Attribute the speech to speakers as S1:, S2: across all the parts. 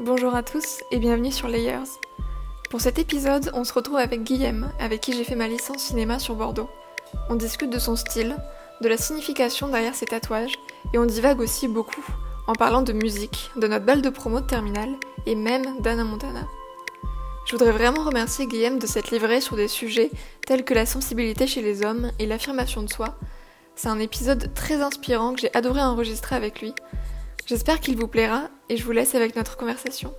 S1: Bonjour à tous et bienvenue sur Layers. Pour cet épisode, on se retrouve avec Guillaume, avec qui j'ai fait ma licence cinéma sur Bordeaux. On discute de son style, de la signification derrière ses tatouages, et on divague aussi beaucoup, en parlant de musique, de notre balle de promo de terminale, et même d'Anna Montana. Je voudrais vraiment remercier Guillaume de s'être livré sur des sujets tels que la sensibilité chez les hommes et l'affirmation de soi. C'est un épisode très inspirant que j'ai adoré enregistrer avec lui. J'espère qu'il vous plaira et je vous laisse avec notre conversation.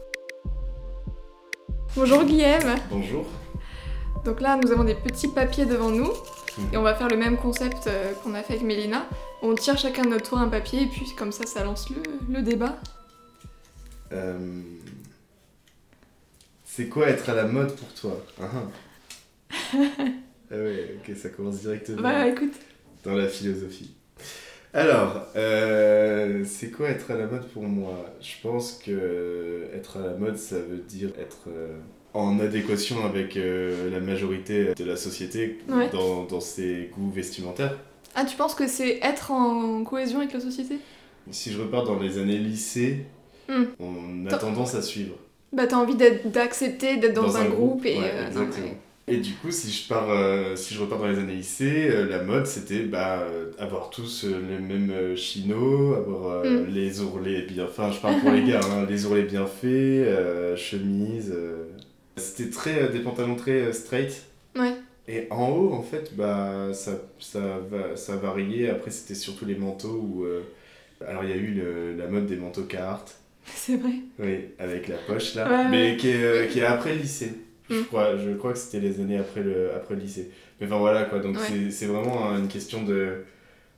S1: Bonjour Guillaume
S2: Bonjour.
S1: Donc là, nous avons des petits papiers devant nous et on va faire le même concept euh, qu'on a fait avec Mélina. On tire chacun de notre tour un papier et puis comme ça, ça lance le, le débat.
S2: Euh, C'est quoi être à la mode pour toi Hein, hein. Ah ouais, ok, ça commence directement
S1: Bah écoute,
S2: dans la philosophie. Alors, euh, c'est quoi être à la mode pour moi Je pense que euh, être à la mode, ça veut dire être euh, en adéquation avec euh, la majorité de la société
S1: Ouais.
S2: dans, dans ses goûts vestimentaires.
S1: ah tu penses que c'est être en cohésion avec la société
S2: Si je repars dans les années lycée,
S1: Hmm.
S2: on a
S1: T'en-
S2: tendance à suivre.
S1: Bah t'as envie d'être- d'accepter, d'être dans, un, groupe, et...
S2: ouais,
S1: euh, non, mais-
S2: exactement. Et du coup, si je, pars, euh, si je repars dans les années lycée, euh, la mode c'était bah, euh, avoir tous euh, les mêmes euh, chinos, avoir
S1: Hmm.
S2: euh, les ourlets bien. Enfin, je parle pour les gars, hein, les ourlets bien faits, euh, chemise. euh. C'était très euh, des pantalons très euh, straight.
S1: Ouais.
S2: Et en haut, en fait, bah, ça, ça, va- ça variait. Après, c'était surtout les manteaux où. euh, alors, il y a eu le- la mode des manteaux cartes.
S1: c'est vrai.
S2: Oui, avec la poche là,
S1: Ouais,
S2: mais qui est, euh, qui est après le lycée. Je
S1: Mm.
S2: crois, je crois que c'était les années après le, après le lycée. Mais enfin voilà quoi, donc
S1: Ouais.
S2: c'est- c'est vraiment hein, une question de.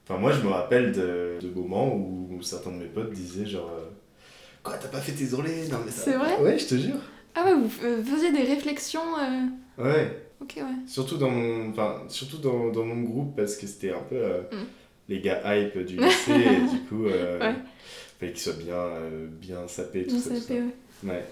S2: Enfin, moi je me rappelle de, de moments où certains de mes potes disaient genre. euh, Quoi, t'as pas fait tes ourlets Non, mais ça-
S1: C'est vrai
S2: Ouais, je te jure.
S1: Ah ouais, vous euh, faisiez des réflexions... euh,
S2: Ouais.
S1: Ok ouais.
S2: Surtout dans mon, enfin, surtout dans, dans mon groupe parce que c'était un peu euh,
S1: Mm.
S2: les gars hype du lycée et du coup, euh,
S1: Ouais.
S2: fallait qu'ils soient bien, euh, bien sapés, tout
S1: Bien
S2: ça. tout
S1: sapé, ouais.
S2: ça. Ouais.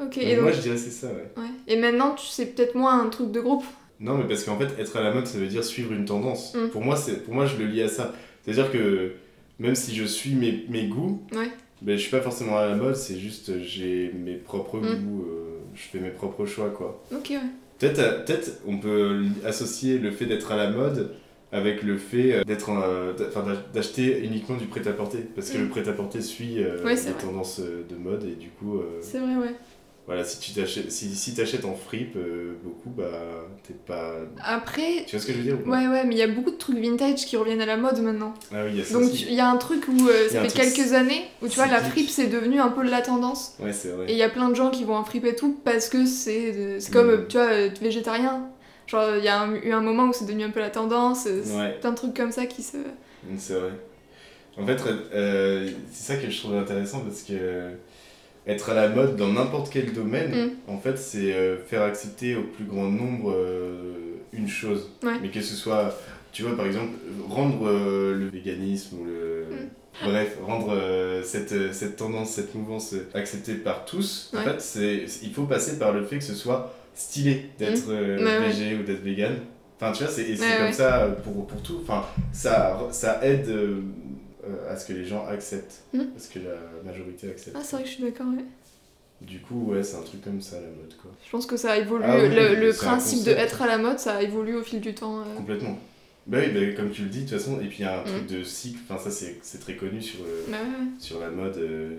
S1: Ok,
S2: Donc
S1: et, donc-
S2: moi je dirais c'est ça, ouais.
S1: ouais. et maintenant, tu sais peut-être moins un truc de groupe.
S2: Non, mais parce qu'en fait, être à la mode, ça veut dire suivre une tendance.
S1: Mm.
S2: Pour, moi, c'est, pour moi, je le lis à ça. C'est-à-dire que même si je suis mes, mes goûts,
S1: Ouais.
S2: ben, je suis pas forcément à la mode, c'est juste euh, j'ai mes propres
S1: Mm.
S2: goûts, euh, je fais mes propres choix, quoi.
S1: Ok, ouais.
S2: Peut-être, euh, peut-être on peut li- associer le fait d'être à la mode avec le fait euh, d'être en, euh, d'a- 'fin, d'ach- d'acheter uniquement du prêt-à-porter. Parce que
S1: Mm.
S2: le prêt-à-porter suit euh,
S1: Ouais,
S2: les
S1: c'est vrai.
S2: tendances euh, de mode et du coup... euh,
S1: C'est vrai, ouais.
S2: Voilà, si tu t'achètes, si, si t'achètes en fripe euh, beaucoup, bah t'es pas...
S1: Après,
S2: Tu vois ce que je veux dire ou pas
S1: ouais, ouais, mais il y a beaucoup de trucs vintage qui reviennent à la mode maintenant.
S2: Ah oui, il y a ça
S1: Donc
S2: aussi.
S1: il y a un truc où euh,
S2: Il y
S1: ça
S2: a un
S1: fait
S2: truc
S1: quelques années où tu vois la fripe
S2: cyclique.
S1: c'est devenu un peu la tendance.
S2: Ouais, c'est vrai.
S1: Et il y a plein de gens qui vont en fripe et tout parce que c'est de- c'est comme
S2: Mm.
S1: euh, tu vois euh, végétarien. Genre il y a un- eu un moment où c'est devenu un peu la tendance. euh, c'est
S2: Ouais.
S1: Plein de trucs comme ça qui se.
S2: Mm, C'est vrai. En fait, euh, c'est ça que je trouve intéressant parce que être à la mode dans n'importe quel domaine,
S1: Mm.
S2: en fait, c'est euh, faire accepter au plus grand nombre euh, une chose.
S1: Ouais.
S2: Mais que ce soit, tu vois, par exemple, rendre euh, le véganisme ou le.
S1: Mm.
S2: Bref, rendre euh, cette, euh, cette tendance, cette mouvance euh, acceptée par tous, en
S1: Ouais.
S2: fait, c'est, il faut passer par le fait que ce soit stylé d'être euh,
S1: Mm. Ouais, ouais.
S2: végé ou d'être vegan. Enfin, tu vois, c'est, et c'est
S1: Ouais,
S2: comme
S1: ouais.
S2: ça euh, pour, pour tout. Enfin, ça, ça aide euh, euh, à ce que les gens acceptent,
S1: Mhm.
S2: à ce que la majorité accepte.
S1: Ah c'est vrai que je suis d'accord. Ouais.
S2: Du coup, ouais, c'est un truc comme ça, la mode, quoi.
S1: Je pense que ça a évolué.
S2: Ah oui,
S1: le le
S2: c'est un
S1: principe de
S2: concept.
S1: être à la mode ça a évolué au fil du temps. euh.
S2: Complètement. Bah oui, bah, comme tu le dis, de toute façon, et puis il y a un
S1: Mhm.
S2: truc de cycle, enfin, ça, c'est, c'est très connu sur, le-
S1: Bah ouais, ouais.
S2: sur la mode. euh,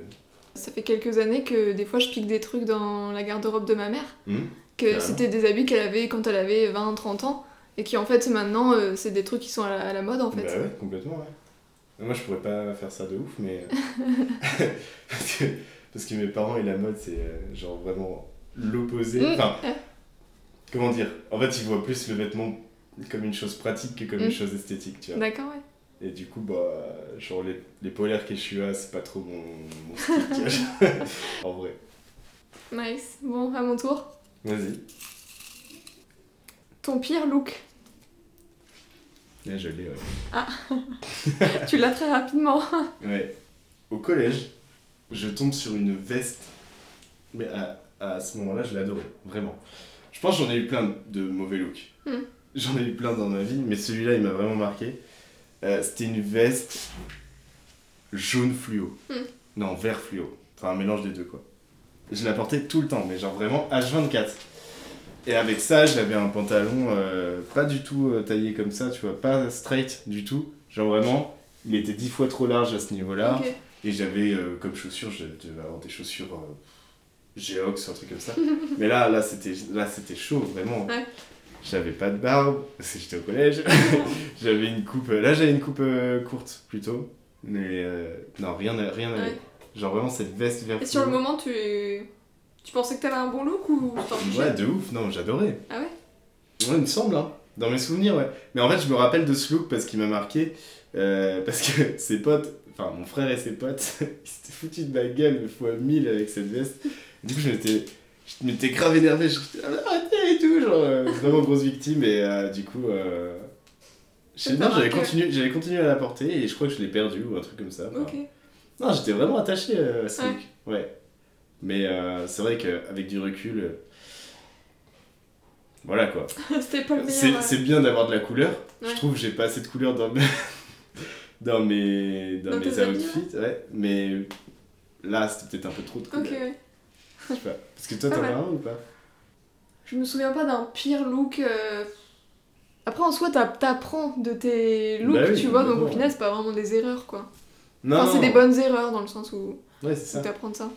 S1: Ça fait quelques années que des fois je pique des trucs dans la garde-robe de ma mère.
S2: Mhm.
S1: Que
S2: Carrément.
S1: c'était des habits qu'elle avait quand elle avait 20-30 ans. Et qui en fait maintenant euh, c'est des trucs qui sont à la, à la mode en fait.
S2: Bah ouais, complètement, ouais. Moi, je pourrais pas faire ça de ouf, mais. euh, parce, que, parce que mes parents et la mode, c'est euh, genre vraiment l'opposé.
S1: Mm.
S2: Enfin, comment dire En fait, ils voient plus le vêtement comme une chose pratique que comme
S1: Mm.
S2: une chose esthétique, tu vois.
S1: D'accord, ouais.
S2: Et du coup, bah, genre les, les polaires Quechua, c'est pas trop mon, mon style, tu vois. en vrai.
S1: Nice. Bon, à mon tour.
S2: Vas-y.
S1: Ton pire look.
S2: Là, je l'ai, ouais.
S1: tu l'as très rapidement.
S2: Ouais. Au collège, je tombe sur une veste. Mais à, à ce moment-là, je l'adorais, vraiment. Je pense que j'en ai eu plein de mauvais looks.
S1: Mm.
S2: J'en ai eu plein dans ma vie, mais celui-là, il m'a vraiment marqué. Euh, C'était une veste jaune fluo.
S1: Mm.
S2: Non, vert fluo. Enfin, un mélange des deux, quoi. Je la portais tout le temps, mais genre vraiment H24. Et avec ça, j'avais un pantalon euh, pas du tout euh, taillé comme ça, tu vois, pas straight du tout. Genre vraiment, il était dix fois trop large à ce niveau-là.
S1: Ok.
S2: Et j'avais euh, comme chaussures, je devais avoir des chaussures euh, Geox, un truc comme ça. Mais là, là c'était là, c'était chaud, vraiment.
S1: Ouais.
S2: J'avais pas de barbe, parce que j'étais au collège. j'avais une coupe, là j'avais une coupe euh, courte plutôt. Mais euh, non, rien n'allait. Rien n'allait.
S1: Ouais.
S2: Genre vraiment cette veste verte.
S1: Et sur le moment, tu. Tu pensais que t'avais un bon look ou tu t'en fichais
S2: Ouais, de ouf, non, j'adorais.
S1: Ah ouais
S2: Ouais, il me semble, hein. Dans mes souvenirs, ouais. Mais en fait, je me rappelle de ce look parce qu'il m'a marqué. euh, parce que ses potes, enfin mon frère et ses potes, ils s'étaient foutus de ma gueule mais fois 1000 avec cette veste. Du coup, je m'étais, je m'étais grave énervé. Je disais, Ah, arrêtez et tout, genre euh, vraiment grosse victime. Et euh, du coup, euh, je sais- non, j'avais continué, j'avais continué à la porter et je crois que je l'ai perdue ou un truc comme ça. Enfin,
S1: Ok.
S2: non, j'étais vraiment attaché euh, à ce
S1: Ouais.
S2: look. Ouais. Mais euh, c'est vrai qu'avec du recul. euh, Voilà quoi.
S1: C'était pas le meilleur.
S2: C'est
S1: euh,
S2: c'est bien d'avoir de la couleur.
S1: Ouais.
S2: Je trouve que j'ai pas assez de couleur dans mes, dans mes, dans
S1: Dans
S2: mes
S1: tes habits,
S2: outfits. Ouais. Mais là, c'était peut-être un peu trop de couleur.
S1: Ok, ouais.
S2: Je sais pas. Parce que toi,
S1: Pas
S2: t'en
S1: mal.
S2: as un ou pas
S1: Je me souviens pas d'un pire look. euh, Après, en soi, t'app- t'apprends de tes looks,
S2: Bah oui,
S1: tu vois, donc au
S2: complètement,
S1: final, c'est pas vraiment des erreurs, quoi.
S2: Non,
S1: enfin, c'est
S2: non.
S1: des bonnes erreurs dans le sens où,
S2: Ouais,
S1: où
S2: c'est ça.
S1: t'apprends de ça.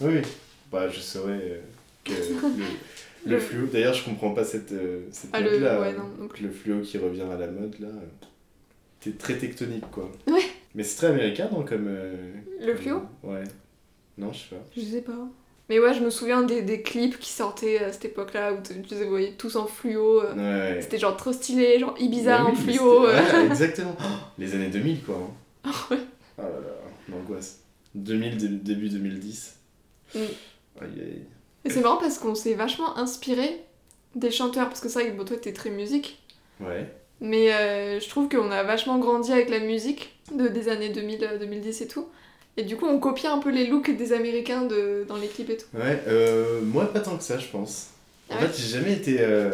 S2: Oui, oui. Bah, je saurais euh, que le, le
S1: Le-
S2: fluo. D'ailleurs, je comprends pas cette, euh, cette
S1: Ah, le.
S2: mode-là.
S1: Ouais, non, non plus.
S2: Le fluo qui revient à la mode, là. euh, C'est très tectonique, quoi.
S1: Ouais.
S2: Mais c'est très américain, non Comme. euh,
S1: Le fluo
S2: comme- Ouais. Non, je sais pas.
S1: Je sais pas. Mais ouais, je me souviens des, des clips qui sortaient à cette époque-là où tu tu les voyais tous en fluo. euh,
S2: Ouais, ouais.
S1: C'était genre trop stylé, genre Ibiza
S2: Bah
S1: en
S2: oui,
S1: fluo.
S2: c'était-
S1: euh.
S2: ouais, exactement. Les années 2000, quoi. hein. Ah là là, l'angoisse. 2000, dé- début 2010.
S1: Mm.
S2: Aïe, aïe.
S1: Et c'est marrant parce qu'on s'est vachement inspiré des chanteurs. Parce que c'est vrai que bon, toi, t'es très musique.
S2: Ouais.
S1: Mais euh, je trouve qu'on a vachement grandi avec la musique de, des années 2000, euh, 2010 et tout. Et du coup, on copie un peu les looks des Américains de, dans les clips et tout.
S2: Ouais, euh, moi, pas tant que ça, je pense. En
S1: Ah ouais
S2: fait, j'ai jamais été. euh,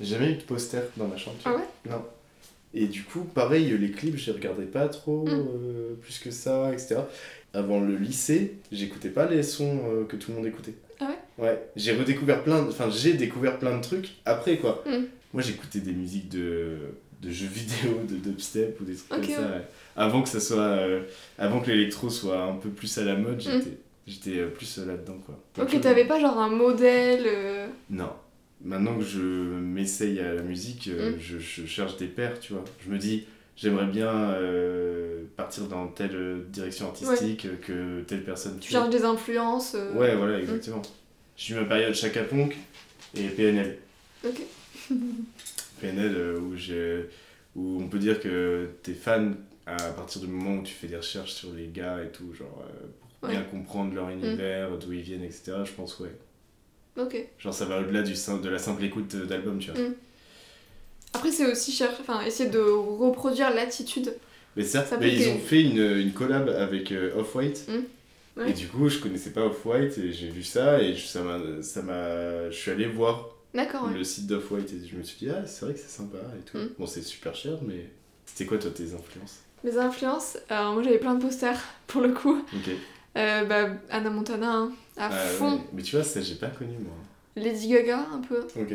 S2: j'ai jamais eu de poster dans ma chambre. tu
S1: Ah
S2: vois. Non. Et du coup, pareil, les clips, je les regardais pas trop,
S1: Mm.
S2: euh, plus que ça, etc. Avant le lycée, j'écoutais pas les sons euh, que tout le monde écoutait.
S1: Ah
S2: Ouais. J'ai redécouvert plein. de- Enfin, j'ai découvert plein de trucs après, quoi.
S1: Mm.
S2: Moi, j'écoutais des musiques de, de jeux vidéo, de dubstep ou des trucs
S1: Ok,
S2: comme ça.
S1: ouais.
S2: ouais. Avant que ça soit. euh, avant que l'électro soit un peu plus à la mode, j'étais. J'étais euh, plus euh, là-dedans, quoi.
S1: Mm. Ok,
S2: Donc,
S1: t'avais pas genre un modèle. euh,
S2: non. Maintenant que je m'essaye à la musique, euh,
S1: Mm.
S2: je, je cherche des pairs, tu vois. Je me dis, j'aimerais bien euh, partir dans telle euh, direction artistique euh, que telle personne
S1: Tu
S2: fait.
S1: cherches des influences. euh,
S2: Ouais, voilà, exactement. J'ai eu ma période Chaka Ponk et PNL.
S1: Ok.
S2: PNL euh, où, j'ai- où on peut dire que t'es fan à partir du moment où tu fais des recherches sur les gars et tout, genre euh, pour bien comprendre leur
S1: Mm.
S2: univers, d'où ils viennent, etc. Je pense, ouais.
S1: Ok.
S2: Genre ça va au-delà du sim- de la simple écoute euh, d'album,
S1: Mm.
S2: tu vois.
S1: Après, c'est aussi cher... enfin, essayer de reproduire l'attitude.
S2: Mais ça,
S1: Ça
S2: mais
S1: peut
S2: ils
S1: que-
S2: ont fait une, une collab avec euh, Off-White.
S1: Mm. Ouais.
S2: Et du coup, je connaissais pas Off-White et j'ai vu ça et je- ça m'a. ça m'a- Je suis allé voir
S1: D'accord, ouais.
S2: le site d'Off-White et je me suis dit, ah, c'est vrai que c'est sympa et tout.
S1: Mm.
S2: Bon, c'est super cher, mais. C'était quoi, toi, tes influences
S1: Mes influences, alors moi j'avais plein de posters pour le coup.
S2: Ok.
S1: Euh, bah, Anna Montana, hein, à
S2: Ah,
S1: fond.
S2: ouais. Mais tu vois, ça, j'ai pas connu, moi.
S1: Lady Gaga, un peu.
S2: Ok.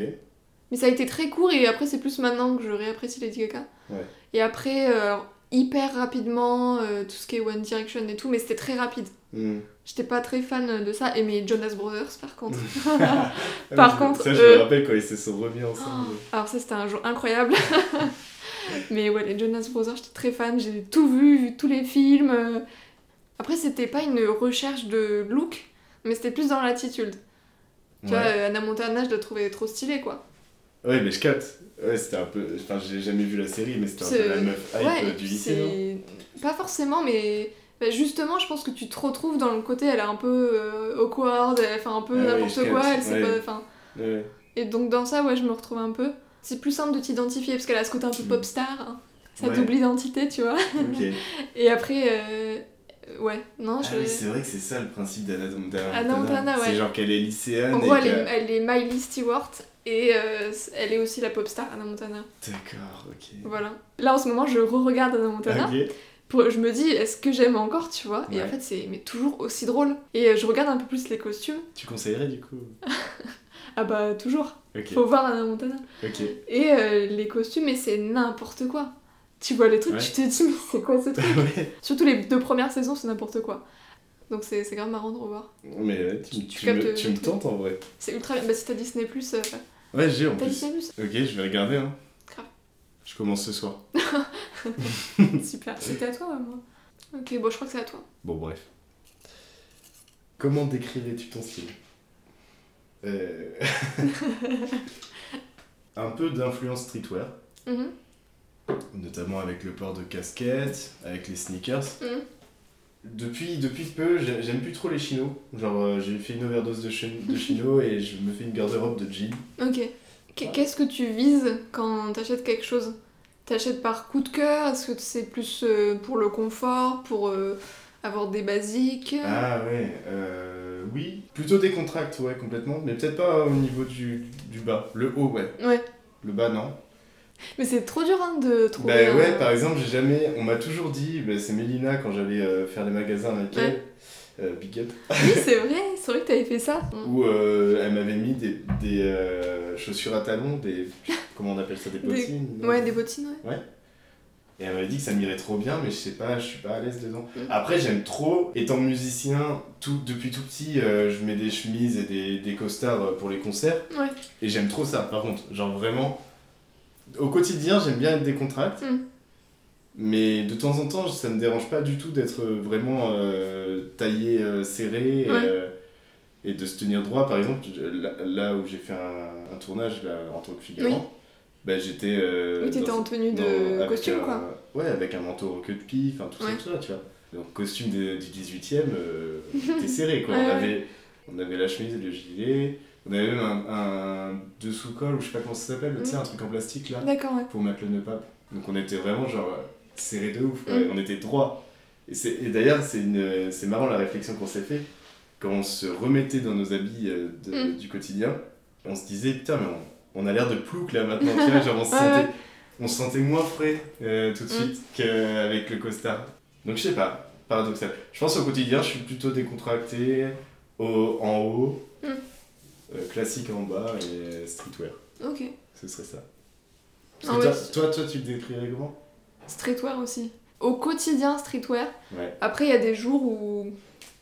S1: Mais ça a été très court et après, c'est plus maintenant que je réapprécie Lady Gaga.
S2: Ouais.
S1: Et après, euh, hyper rapidement, euh, tout ce qui est One Direction et tout, mais c'était très rapide.
S2: Mm.
S1: J'étais pas très fan de ça, et mes Jonas Brothers par contre.
S2: Ah,
S1: Par
S2: mais je-
S1: contre,
S2: Ça, je
S1: euh,
S2: me rappelle quand ils se sont remis ensemble.
S1: Oh. Alors ça c'était un jour incroyable. Mais ouais, les Jonas Brothers, j'étais très fan, j'ai tout vu, vu tous les films. euh. Après c'était pas une recherche de look, mais c'était plus dans l'attitude. Tu vois,
S2: Ouais.
S1: euh, Anna Montana, je la trouvais trop stylée quoi.
S2: Ouais, mais je capte. Ouais, c'était un peu. Enfin, j'ai jamais vu la série, mais c'était un
S1: C'est-
S2: peu la meuf hype
S1: ouais,
S2: euh,
S1: et
S2: du
S1: puis
S2: lycée, non
S1: c'est- Pas forcément, mais bah, justement, je pense que tu te retrouves dans le côté, elle est un peu euh, awkward, elle fait un peu
S2: Ah ouais,
S1: n'importe
S2: je
S1: quoi,
S2: capte,
S1: elle sait pas.
S2: ouais.
S1: enfin,
S2: Ouais.
S1: Et donc dans ça, ouais, je me retrouve un peu. C'est plus simple de t'identifier parce qu'elle a ce côté un peu
S2: Mm.
S1: pop star, hein. sa
S2: Ouais.
S1: double identité, tu vois.
S2: Ok.
S1: Et après, euh, euh, ouais, non,
S2: Ah
S1: je...
S2: oui, c'est vrai que c'est ça le principe d'Anna Montana.
S1: Anna Montana, ouais.
S2: C'est genre qu'elle est lycéenne.
S1: en gros,
S2: et
S1: elle est,
S2: qu'elle-
S1: elle est Miley Stewart et euh, elle est aussi la pop star Anna Montana.
S2: D'accord, ok.
S1: Voilà. Là, en ce moment, je re-regarde Anna Montana.
S2: Ok.
S1: pour- je me dis, est-ce que j'aime encore, tu vois Et en
S2: Ouais.
S1: fait, c'est mais toujours aussi drôle. Et euh, je regarde un peu plus les costumes.
S2: Tu conseillerais du coup
S1: Ah bah, toujours.
S2: Ok,
S1: Faut voir Anna Montana.
S2: ok.
S1: Et euh, les costumes, mais c'est n'importe quoi. Tu vois les trucs,
S2: Ouais.
S1: tu te dis, mais c'est quoi ce truc
S2: ouais.
S1: Surtout les deux premières saisons, c'est n'importe quoi. Donc c'est c'est grave marrant de revoir.
S2: Mais ouais, tu,
S1: Tu- tu
S2: tu
S1: captes
S2: me,
S1: le
S2: tu me
S1: truc.
S2: tentes en vrai.
S1: C'est ultra bien. Bah si t'as Disney+, euh,
S2: Ouais, j'ai en
S1: t'as
S2: plus.
S1: Disney+, Plus
S2: Ok, je vais regarder. Hein.
S1: Grave.
S2: Je commence ce soir.
S1: super. C'était à toi, euh, moi Ok, bon, je crois que c'est à toi.
S2: Bon, bref. Comment décrirais-tu ton style Euh, Un peu d'influence streetwear,
S1: Mhm.
S2: notamment avec le port de casquettes, avec les sneakers.
S1: Mhm.
S2: Depuis, depuis peu, j'ai- j'aime plus trop les chinos. Genre, euh, j'ai fait une overdose de, chin- de chinos et je me fais une garde-robe de jeans.
S1: Ok. Qu- Qu'est-ce que tu vises quand t'achètes quelque chose T'achètes par coup de cœur Est-ce que c'est plus euh, pour le confort Pour euh, avoir des basiques
S2: Ah ouais, euh, oui. Plutôt des contracts, ouais, complètement. Mais peut-être pas au niveau du, du bas. Le haut, ouais.
S1: Ouais.
S2: Le bas, non.
S1: Mais c'est trop dur hein, de
S2: Bah
S1: trouver...
S2: ouais,
S1: un-
S2: par exemple, j'ai jamais. On m'a toujours dit, bah, c'est Mélina quand j'allais euh, faire les magasins avec elle, euh, Big Up,
S1: Oui, c'est vrai, c'est vrai que t'avais fait ça.
S2: où euh, elle m'avait mis des, des euh, chaussures à talons, des. Comment on appelle ça Des
S1: Des-
S2: bottines non
S1: Ouais, des bottines, ouais.
S2: Et elle m'avait dit que ça m'irait trop bien, mais je sais pas, je suis pas à l'aise dedans.
S1: Mm.
S2: Après, j'aime trop, étant musicien, tout, depuis tout petit, euh, je mets des chemises et des, des costards euh, pour les concerts.
S1: Ouais.
S2: Et j'aime trop ça, par contre. Genre vraiment, au quotidien, j'aime bien être décontracté.
S1: Mm.
S2: Mais de temps en temps, ça me dérange pas du tout d'être vraiment euh, taillé, euh, serré. Et,
S1: Ouais.
S2: euh, et de se tenir droit, par exemple, je- là, là où j'ai fait un, un tournage là, en tant que figurant, bah, j'étais. euh,
S1: Oui, t'étais
S2: dans-
S1: en tenue
S2: non,
S1: de
S2: avec euh,
S1: costume,
S2: un-
S1: quoi.
S2: Ouais, avec un manteau en queue de pie, enfin tout
S1: Ouais.
S2: ça, tout ça, tu vois. Donc costume de- du 18ème, euh, on était serré, quoi.
S1: Ouais,
S2: on,
S1: ouais.
S2: avait, on avait la chemise, le gilet, on avait même un, un dessous-col, ou je sais pas comment ça s'appelle,
S1: Mm.
S2: tu sais, un truc en plastique, là,
S1: D'accord, ouais.
S2: pour mettre le nœud pape. Donc on était vraiment, genre, euh, serré de ouf, quoi.
S1: Mm.
S2: on était droit. Et, c'est- et d'ailleurs, c'est une- c'est marrant la réflexion qu'on s'est fait, quand on se remettait dans nos habits euh, de-
S1: Mm.
S2: du quotidien, on se disait, putain, mais on, on a l'air de plouc, là, maintenant, tu vois, genre, on se
S1: Ouais,
S2: sentait
S1: ouais.
S2: on se sentait moins frais euh, tout de
S1: Mm.
S2: suite qu'avec le costard. Donc je sais pas, paradoxal. Je pense au quotidien, je suis plutôt décontracté, au- en haut,
S1: Mm.
S2: euh, classique en bas et streetwear.
S1: Ok.
S2: Ce serait ça.
S1: Ah
S2: Parce que
S1: ouais,
S2: toi,
S1: c'est-
S2: toi, toi, tu te décrirais comment
S1: Streetwear aussi. Au quotidien, streetwear.
S2: Ouais.
S1: Après, il y a des jours où,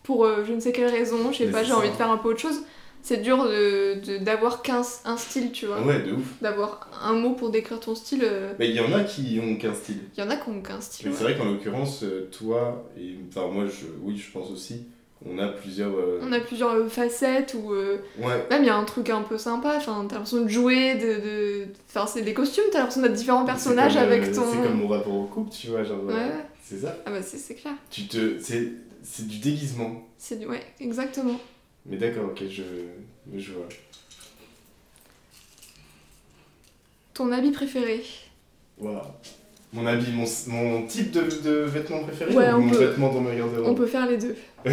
S1: pour euh, je ne sais quelle raison, je sais
S2: Mais
S1: pas,
S2: c'est
S1: j'ai
S2: ça.
S1: envie de faire un peu autre chose. C'est dur de de- d'avoir qu'un un style, tu vois.
S2: Ouais, de ouf.
S1: D'avoir un mot pour décrire ton style. euh,
S2: Mais il y en a qui ont qu'un style.
S1: Il y en a qui ont qu'un
S2: Mais
S1: style.
S2: c'est
S1: ouais.
S2: vrai qu'en l'occurrence, euh, toi, et enfin moi, je, oui, je pense aussi, on a plusieurs. euh,
S1: On a plusieurs euh, facettes ou euh,
S2: Ouais,
S1: même il y a un truc un peu sympa. Enfin, t'as l'impression de jouer, de, de... Enfin, c'est des costumes. T'as l'impression d'être différents personnages
S2: c'est comme,
S1: avec
S2: euh,
S1: ton.
S2: C'est comme mon rapport au couple, tu vois, genre.
S1: Ouais,
S2: euh,
S1: ouais.
S2: C'est ça.
S1: Ah bah c'est c'est clair.
S2: Tu te, c'est, c'est du déguisement.
S1: C'est du... ouais, exactement.
S2: Mais d'accord, ok, je, je vois.
S1: Ton habit préféré.
S2: Waouh. Mon habit, mon, mon type de, de vêtement préféré
S1: Ouais,
S2: ou
S1: on
S2: mon
S1: peut-
S2: vêtement dans ma
S1: On
S2: garde-robe
S1: peut faire les deux.
S2: Ok.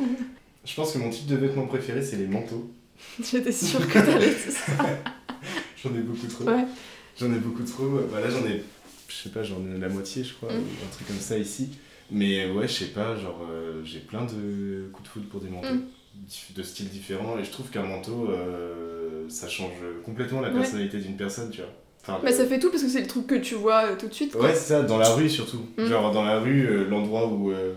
S2: je pense que mon type de vêtement préféré, c'est les manteaux.
S1: J'étais sûre que t'allais dire ça.
S2: J'en ai beaucoup trop.
S1: Ouais.
S2: J'en ai beaucoup trop. Bah là, j'en ai, je sais pas, j'en ai la moitié, je crois,
S1: Mm.
S2: un truc comme ça ici. Mais ouais, je sais pas, genre, euh, j'ai plein de coups de foudre pour des manteaux
S1: Mm.
S2: dif- de styles différents. Et je trouve qu'un manteau, euh, ça change complètement la
S1: Ouais.
S2: personnalité d'une personne, tu vois. Enfin,
S1: Bah
S2: le-
S1: ça fait tout parce que c'est le truc que tu vois euh, tout de suite. quoi.
S2: Ouais, c'est ça, dans la rue surtout.
S1: Mm.
S2: Genre dans la rue, euh, l'endroit où, euh,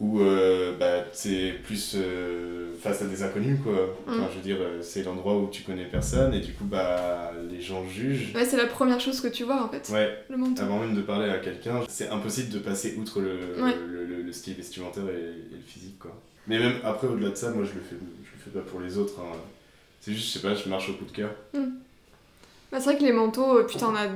S2: où euh, bah, t'es plus euh, face à des inconnus, quoi. Enfin,
S1: Mm.
S2: je veux dire, euh, c'est l'endroit où tu connais personne et du coup, bah, les gens jugent.
S1: Ouais, c'est la première chose que tu vois en fait,
S2: Ouais,
S1: le manteau.
S2: avant même de parler à quelqu'un, c'est impossible de passer outre le,
S1: Ouais.
S2: le, le- le style vestimentaire et, et le physique, quoi. Mais même après, au-delà de ça, moi, je le fais, je le fais pas pour les autres. hein. C'est juste, je sais pas, je marche au coup de cœur.
S1: Bah, c'est vrai que les manteaux, euh, putain, on a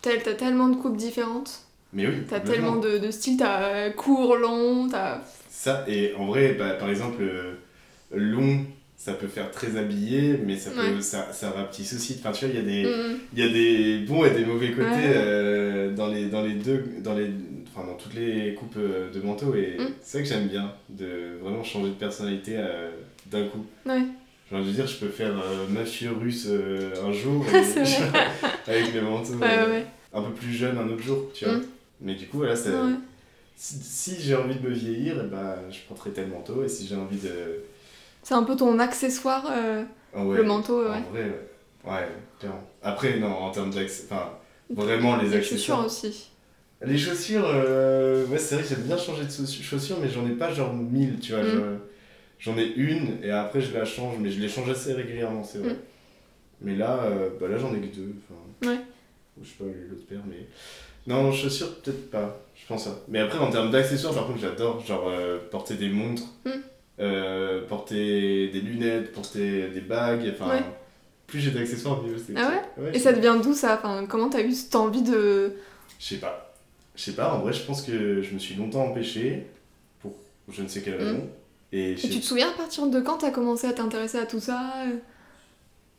S1: tel- t'as tellement de coupes différentes,
S2: Mais oui,
S1: t'as
S2: complètement.
S1: tellement de, de styles, t'as euh, court, long, t'as.
S2: Ça, et en vrai, bah, par exemple, euh, long, ça peut faire très habillé, mais ça, peut,
S1: Ouais.
S2: ça, ça rapetisse aussi. Enfin, tu vois, il y, a des-
S1: Mm.
S2: il y a des bons et des mauvais côtés
S1: Ouais.
S2: euh, dans, les, dans les deux, dans, les, enfin, dans toutes les coupes euh, de manteau. Et
S1: Mm.
S2: c'est ça que j'aime bien, de vraiment changer de personnalité euh, d'un coup.
S1: Ouais.
S2: J'ai envie de dire, je peux faire euh, mafieux russe euh, un jour
S1: C'est
S2: et-
S1: vrai.
S2: avec mes manteaux
S1: Ouais,
S2: euh,
S1: ouais, ouais.
S2: un peu plus jeunes un autre jour, tu vois.
S1: Mm.
S2: Mais du coup, voilà, ça,
S1: Ouais.
S2: si, si j'ai envie de me vieillir, eh ben, je porterai tel manteau. Et si j'ai envie de.
S1: C'est un peu ton accessoire, euh,
S2: Ah ouais,
S1: le manteau. ouais.
S2: En vrai, ouais. Ouais, clairement. Après, non, en termes d'accès. Enfin, vraiment les
S1: Les chaussures
S2: accessoires.
S1: aussi.
S2: Les chaussures, euh, ouais, c'est vrai que j'aime bien changer de chauss- chaussures, mais j'en ai pas genre mille, tu vois.
S1: Mm.
S2: je- J'en ai une et après je la change, mais je les change assez régulièrement, c'est vrai.
S1: Mm.
S2: Mais là, euh, bah là j'en ai que deux. enfin,
S1: Ouais.
S2: ou Je sais pas l'autre paire, mais. Non, chaussures, peut-être pas, je pense pas. Mais après, en termes d'accessoires, par contre, j'adore, genre euh, porter des montres,
S1: Mm.
S2: euh, porter des lunettes, porter des bagues, enfin.
S1: Ouais.
S2: Plus j'ai d'accessoires, mieux c'est.
S1: Ah
S2: ouais
S1: Et ça devient d'où ça enfin, Comment t'as eu cette envie de.
S2: je sais pas. Je sais pas, en vrai, je pense que je me suis longtemps empêché pour je ne sais quelle
S1: Mm.
S2: raison. Et je
S1: Et
S2: sais-
S1: tu te souviens à partir de quand t'as commencé à t'intéresser à tout ça euh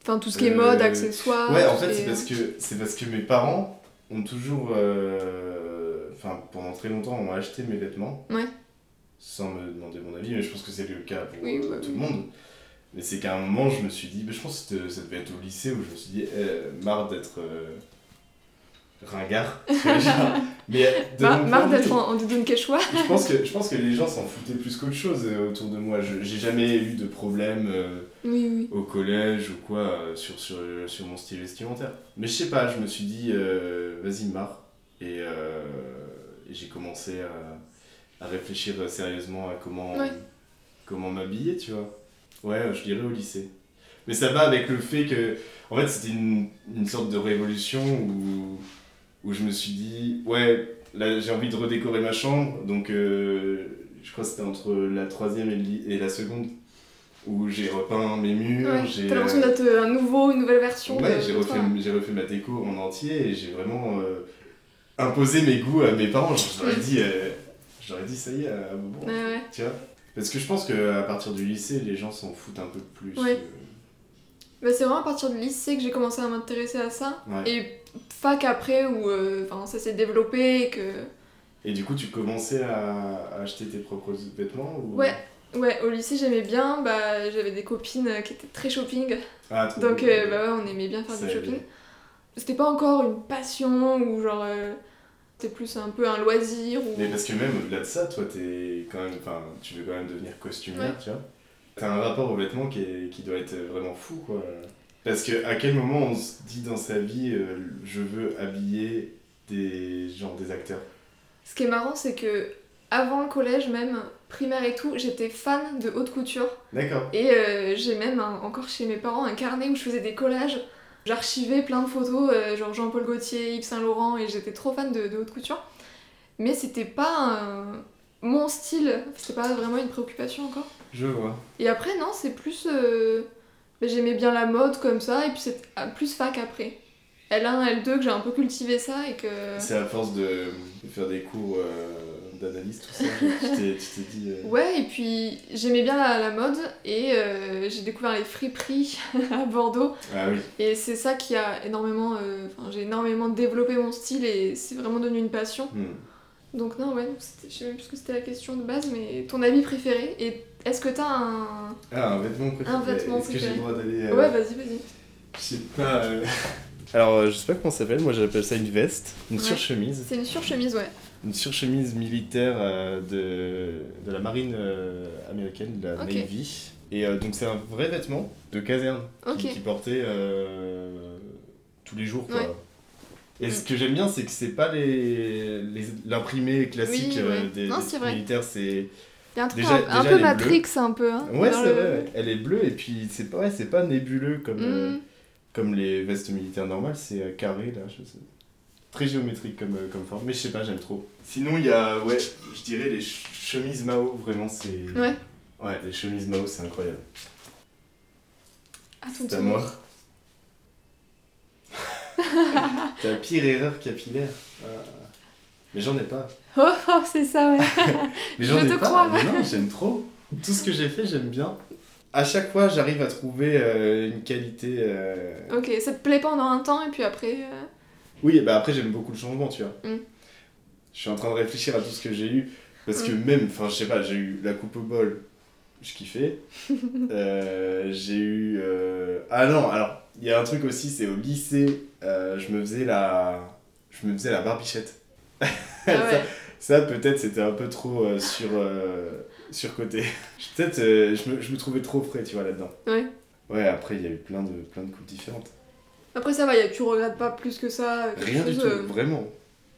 S1: Enfin, tout ce qui est
S2: Euh,
S1: mode, accessoires.
S2: Ouais, en
S1: tout ce
S2: fait,
S1: qui
S2: c'est
S1: est-
S2: parce, que, c'est parce que mes parents ont toujours. euh, Enfin, pendant très longtemps, ont acheté mes vêtements.
S1: Ouais.
S2: Sans me demander mon avis, mais je pense que c'est le cas pour
S1: Oui,
S2: euh,
S1: bah
S2: tout
S1: oui.
S2: le monde. Mais c'est qu'à un moment, je me suis dit, bah, je pense que c'était- ça devait être au lycée où je me suis dit, Eh, marre d'être. euh, ringard. Déjà. mais de
S1: Mar-
S2: mon point
S1: marre
S2: de vue,
S1: d'être en, en Didon Quechua.
S2: je pense que je pense que les gens s'en foutaient plus qu'autre chose euh, autour de moi. Je- J'ai jamais eu de problème euh,
S1: Oui, oui.
S2: au collège ou quoi euh, sur, sur, sur mon style vestimentaire. Mais je sais pas, je me suis dit euh, vas-y marre et, euh, et j'ai commencé à, à réfléchir sérieusement à comment
S1: Ouais.
S2: comment m'habiller, tu vois. Ouais, je dirais au lycée. Mais ça va avec le fait que en fait c'était une, une sorte de révolution où où je me suis dit ouais là j'ai envie de redécorer ma chambre donc euh, je crois que c'était entre la troisième et, le ly- et la seconde où j'ai repeint mes murs
S1: Ouais,
S2: j'ai
S1: T'as l'impression
S2: euh,
S1: d'être euh, un nouveau, une nouvelle version.
S2: ouais
S1: de-
S2: j'ai
S1: de
S2: refait
S1: toi.
S2: j'ai refait ma déco en entier et j'ai vraiment euh, imposé mes goûts à mes parents je leur ai
S1: Mm.
S2: dit euh, je leur ai dit ça y est à un moment
S1: Ouais, ouais.
S2: tu vois parce que je pense que à partir du lycée les gens s'en foutent un peu plus
S1: Ouais.
S2: euh,
S1: Bah, c'est vraiment à partir du lycée que j'ai commencé à m'intéresser à ça.
S2: ouais.
S1: Et fac après, où euh, enfin, ça s'est développé et que.
S2: et... du coup tu commençais à, à acheter tes propres vêtements ou...
S1: Ouais. Ouais, au lycée j'aimais bien, bah, j'avais des copines euh, qui étaient très shopping,
S2: Ah, trop
S1: donc
S2: cool.
S1: euh, bah ouais, on aimait bien faire du
S2: Ça-
S1: shopping. C'était pas encore une passion ou genre. euh, c'était plus un peu un loisir ou.
S2: Mais parce que même au-delà de ça, toi, t'es quand même, enfin, tu veux quand même devenir costumière,
S1: Ouais.
S2: tu vois. T'as un rapport aux vêtements qui, est- qui doit être vraiment fou, quoi. Parce que à quel moment on se dit dans sa vie, euh, je veux habiller des genre des acteurs.
S1: Ce qui est marrant, c'est que avant le collège, même primaire et tout, j'étais fan de haute couture.
S2: D'accord.
S1: Et euh, j'ai même un- encore chez mes parents un carnet où je faisais des collages. J'archivais plein de photos, euh, genre Jean-Paul Gaultier, Yves Saint Laurent, et j'étais trop fan de, de haute couture. Mais c'était pas un- mon style, c'était pas vraiment une préoccupation encore.
S2: Je vois.
S1: Et après, non, c'est plus. euh, ben, J'aimais bien la mode comme ça, et puis c'est ah, plus fac après. L1, L2, que j'ai un peu cultivé ça, et que.
S2: C'est à force de, de faire des cours euh, d'analyse, tout ça. tu t'es tu t'es dit. euh,
S1: Ouais, et puis j'aimais bien la, la mode, et euh, j'ai découvert les friperies à Bordeaux.
S2: Ah oui.
S1: Et c'est ça qui a énormément. euh, Enfin, j'ai énormément développé mon style et c'est vraiment devenu une passion.
S2: Hmm.
S1: Donc, non, ouais, c'était- je sais même plus ce que c'était la question de base, mais ton avis préféré Et est-ce que t'as un.
S2: Ah, un vêtement préféré.
S1: Un vêtement
S2: Est-ce que j'ai
S1: préféré.
S2: le droit d'aller. euh,
S1: Ouais, vas-y, vas-y.
S2: Je sais pas. euh, Alors, euh, je sais pas comment ça s'appelle. Moi, j'appelle ça une veste, une
S1: Ouais.
S2: surchemise.
S1: C'est une surchemise, ouais.
S2: une surchemise militaire euh, de, de la marine euh, américaine, de la
S1: Ok.
S2: Navy. Et euh, donc c'est un vrai vêtement de caserne
S1: Ok.
S2: qui, qui portait euh, tous les jours. Quoi.
S1: Ouais. Mm.
S2: Et ce que j'aime bien, c'est que c'est pas les les- l'imprimé classique
S1: Oui,
S2: euh,
S1: ouais.
S2: des,
S1: Non,
S2: des
S1: c'est vrai.
S2: militaires. C'est
S1: Il y a un truc
S2: Déjà-
S1: un, un
S2: déjà,
S1: peu
S2: elle est bleue.
S1: Matrix, un peu. Hein,
S2: ouais,
S1: dans
S2: c'est
S1: le-
S2: vrai. Elle est bleue et puis c'est pas ouais, c'est pas nébuleux comme euh,
S1: Mhm.
S2: comme les vestes militaires normales, c'est euh, carré là, je sais. Très géométrique comme, euh, comme forme, mais je sais pas, j'aime trop. Sinon, il y a, ouais, je dirais les ch- chemises Mao, vraiment, c'est.
S1: Ouais.
S2: Ouais, les chemises Mao, c'est incroyable.
S1: Ah, ton
S2: C'est à
S1: tour.
S2: moi. T'as la pire erreur capillaire. Ah. Mais j'en ai pas.
S1: Oh, oh, c'est ça, ouais.
S2: Mais j'en
S1: Je
S2: ai
S1: te
S2: pas.
S1: crois.
S2: Mais non, j'aime trop. Tout ce que j'ai fait, j'aime bien. À chaque fois, j'arrive à trouver euh, une qualité. euh,
S1: ok, ça te plaît pendant un temps, et puis après. euh,
S2: Oui, et bah après j'aime beaucoup le changement, tu vois.
S1: Mm.
S2: Je suis en train de réfléchir à tout ce que j'ai eu. Parce que
S1: Mm.
S2: même, enfin je sais pas, j'ai eu la coupe au bol, je kiffais. Euh, j'ai eu... euh, Ah non, alors, il y a un truc aussi, c'est au lycée, euh, je me faisais la... Je me faisais la barbichette.
S1: Ah ouais.
S2: Ça, peut-être, c'était un peu trop euh, sur, euh, surcoté. Je- Peut-être, euh, je, me, je me trouvais trop frais, tu vois, là-dedans.
S1: Ouais.
S2: Ouais, après, il y a eu plein de, plein de coupes différentes.
S1: Après, ça va, y a- tu regrettes pas plus que ça. quelque
S2: Rien du
S1: chose,
S2: tout,
S1: euh,
S2: vraiment.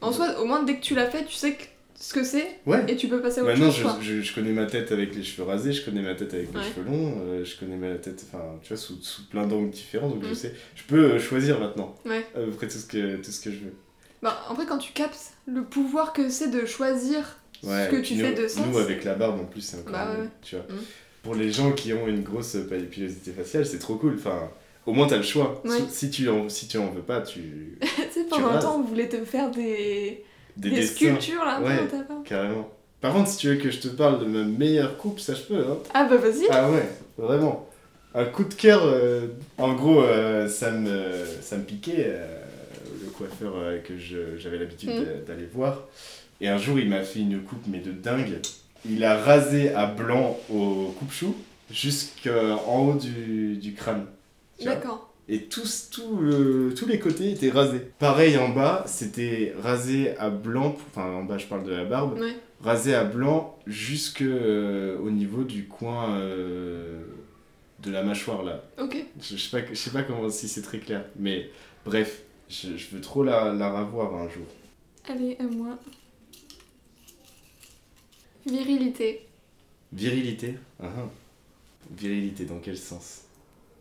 S1: En soi, au moins, dès que tu l'as fait, tu sais que- ce que c'est
S2: Ouais.
S1: et tu peux passer à autre
S2: Maintenant,
S1: chose.
S2: je,
S1: quoi.
S2: je, je connais ma tête avec les cheveux rasés, je connais ma tête avec les
S1: Ouais.
S2: cheveux longs, euh, je connais ma tête, enfin, tu vois, sous, sous plein d'angles différents, donc je
S1: Mm.
S2: sais. Je peux euh, choisir maintenant,
S1: Ouais.
S2: à peu près tout ce que, tout ce que je veux.
S1: Bah, en vrai, quand tu captes le pouvoir que c'est de choisir ce que tu
S2: nous-
S1: fais de ça.
S2: Nous,
S1: c'est-
S2: avec la barbe, en plus, c'est encore
S1: Bah ouais,
S2: mieux,
S1: ouais.
S2: tu vois.
S1: Mm.
S2: Pour les gens qui ont une grosse pilosité faciale, c'est trop cool, enfin... Au moins, t'as le choix.
S1: Ouais.
S2: Si, si tu en, si tu en veux pas, tu.
S1: tu sais, pendant un
S2: rases.
S1: temps, on voulait te faire des, des,
S2: Des, dessins,
S1: sculptures là, un peu
S2: Ouais.
S1: dans ta barbe.
S2: Carrément. Par contre, si tu veux que je te parle de ma meilleure coupe, ça je peux, hein.
S1: Ah bah vas-y.
S2: Ah ouais, vraiment. Un coup de cœur. euh, en gros, euh, ça, me, ça me piquait, euh, le coiffeur euh, que je- j'avais l'habitude
S1: Mm.
S2: d'a- d'aller voir. Et un jour, il m'a fait une coupe, mais de dingue. Il a rasé à blanc au coupe-chou jusqu'en haut du, du crâne. tu vois.
S1: D'accord.
S2: Et tous, tout le- tous les côtés étaient rasés. Pareil en bas, c'était rasé à blanc, enfin en bas je parle de la barbe,
S1: Ouais.
S2: rasé à blanc jusque euh, au niveau du coin euh, de la mâchoire là.
S1: Ok.
S2: Je, je sais pas, que- je sais pas comment si c'est très clair, mais bref, je, je veux trop la, la revoir un jour.
S1: Allez, à moi. Virilité.
S2: Virilité. Ah ah. Virilité dans quel sens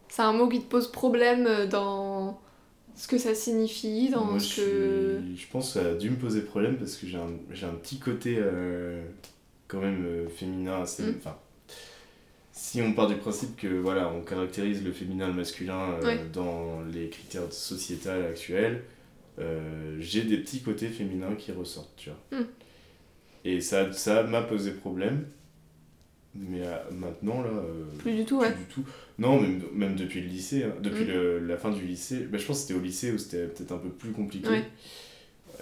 S1: C'est un mot qui te pose problème euh, dans ce que ça signifie, dans
S2: Moi,
S1: ce
S2: je,
S1: que.
S2: suis- je pense que ça a dû me poser problème parce que j'ai un, j'ai un petit côté euh, quand même euh, féminin. assez-
S1: Mm.
S2: Enfin, si on part du principe que voilà, on caractérise le féminin et le masculin euh,
S1: Ouais.
S2: dans les critères sociétaux actuels, euh, j'ai des petits côtés féminins qui ressortent, tu vois.
S1: Mm.
S2: Et ça, ça m'a posé problème. Mais euh, maintenant, là, euh,
S1: Plus du tout, ouais.
S2: plus du tout. Non, même, même depuis le lycée, hein. depuis
S1: Mm.
S2: le- la fin du lycée. Bah, je pense que c'était au lycée où c'était peut-être un peu plus compliqué.
S1: Ouais.